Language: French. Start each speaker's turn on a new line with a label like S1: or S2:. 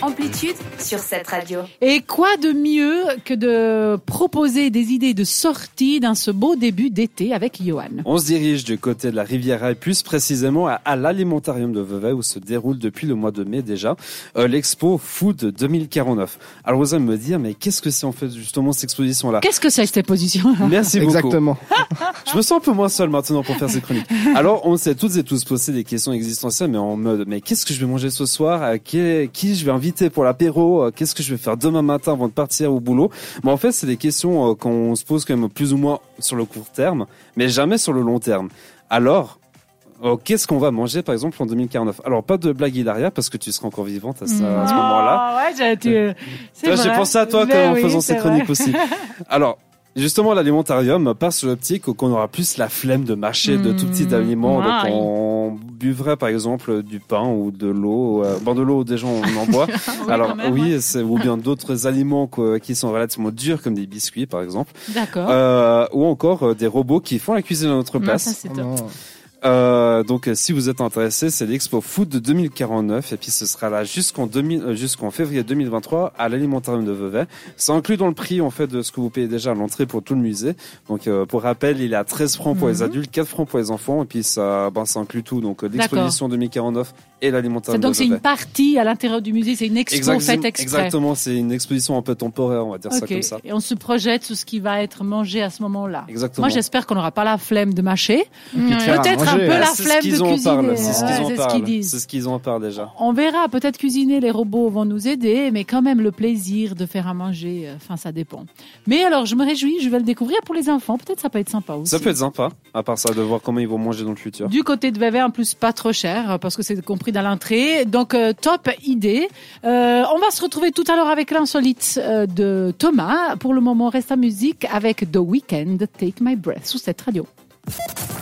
S1: Amplitude sur cette radio.
S2: Et quoi de mieux que de proposer des idées de sortie dans ce beau début d'été avec Johan
S3: On se dirige du côté de la Riviera et plus précisément à, à l'Alimentarium de Vevey où se déroule depuis le mois de mai déjà euh, l'expo Food 2049. Alors vous allez me dire, mais qu'est-ce que c'est en fait justement cette exposition-là
S2: Qu'est-ce que c'est cette position
S3: Merci beaucoup.
S4: Exactement.
S3: Je me sens un peu moins seul maintenant pour faire ces chroniques. Alors on s'est toutes et tous posé des questions existentielles, mais en mode, mais qu'est-ce que je vais manger ce soir Euh, qui, qui je vais inviter pour l'apéro Euh, Qu'est-ce que je vais faire demain matin avant de partir au boulot Mais en fait, c'est des questions euh, qu'on se pose quand même plus ou moins sur le court terme, mais jamais sur le long terme. Alors, euh, qu'est-ce qu'on va manger par exemple en 2049 Alors, pas de blague hilaria parce que tu seras encore vivante à, ça- à ce moment-là.
S2: Hmm. Ah, Ouais, j'ai, tu- c'est
S3: Tu vois, J'ai
S2: vrai.
S3: pensé à toi quand
S2: Mais
S3: en
S2: oui,
S3: faisant
S2: c'est
S3: ces
S2: vrai.
S3: chroniques aussi. Alors. Justement, l'alimentarium part sur l'optique qu'on aura plus la flemme de mâcher de tout petits
S2: Mmh,
S3: aliments.
S2: ouais.
S3: Donc, on buvrait, par exemple, du pain ou de l'eau. euh, bon, de l'eau, déjà, on en boit. Alors,
S2: quand même,
S3: oui, c'est- ou bien d'autres aliments quoi, qui sont relativement durs, comme des biscuits, par exemple.
S2: D'accord.
S3: Euh, ou encore euh, des robots qui font la cuisine à notre
S2: Ah, ça,
S3: place.
S2: c'est
S4: Oh
S2: top.
S4: non.
S3: Euh, donc, euh, si vous êtes intéressé, c'est l'Expo Food de 2049 et puis ce sera là jusqu'en 2000 euh, jusqu'en février 2023 à l'Alimentarium de Vevey. C'est inclus dans le prix en fait de ce que vous payez déjà à l'entrée pour tout le musée. Donc, euh, pour rappel, il est à 13 francs pour les
S2: Mhm.
S3: adultes, 4 francs pour les enfants et puis ça, ben, ça inclut tout. Donc, euh,
S2: D'accord.
S3: l'exposition 2049 et
S2: C'est-
S3: l'Alimentarium de
S2: donc c'est
S3: Vevey.
S2: une partie à l'intérieur du musée, c'est une expo faite exprès.
S3: exactement, c'est une exposition un peu temporaire, on va dire ça
S2: Ok.
S3: comme ça.
S2: Et on se projette sur ce qui va être mangé à ce moment-là.
S3: Exactement.
S2: Moi, j'espère qu'on n'aura pas la flemme de mâcher.
S4: faire à
S2: Peut-être un
S4: manger,
S2: peu
S4: hein.
S2: la
S3: Ah, C'est ce
S2: flemme
S3: qu'ils
S2: de
S3: en
S2: cuisiner.
S3: parlent, c'est ce
S2: Ouais,
S3: qu'ils en
S2: c'est ce qu'ils
S3: parlent.
S2: disent.
S3: C'est ce qu'ils en parlent déjà.
S2: On verra, peut-être cuisiner, les robots vont nous aider, mais quand même le plaisir de faire à manger, euh, enfin ça dépend. Mais alors je me réjouis, je vais le découvrir pour les enfants, peut-être ça peut être sympa aussi.
S3: Ça peut être sympa, à part ça, de voir comment ils vont manger dans le futur.
S2: Du côté de Vevey, en plus pas trop cher, euh, parce que c'est compris dans l'entrée. Donc euh, top idée. Euh, on va se retrouver tout à l'heure avec l'insolite euh, de Thomas. Pour le moment, reste à musique avec The Weeknd, Take My Breath, sous cette radio.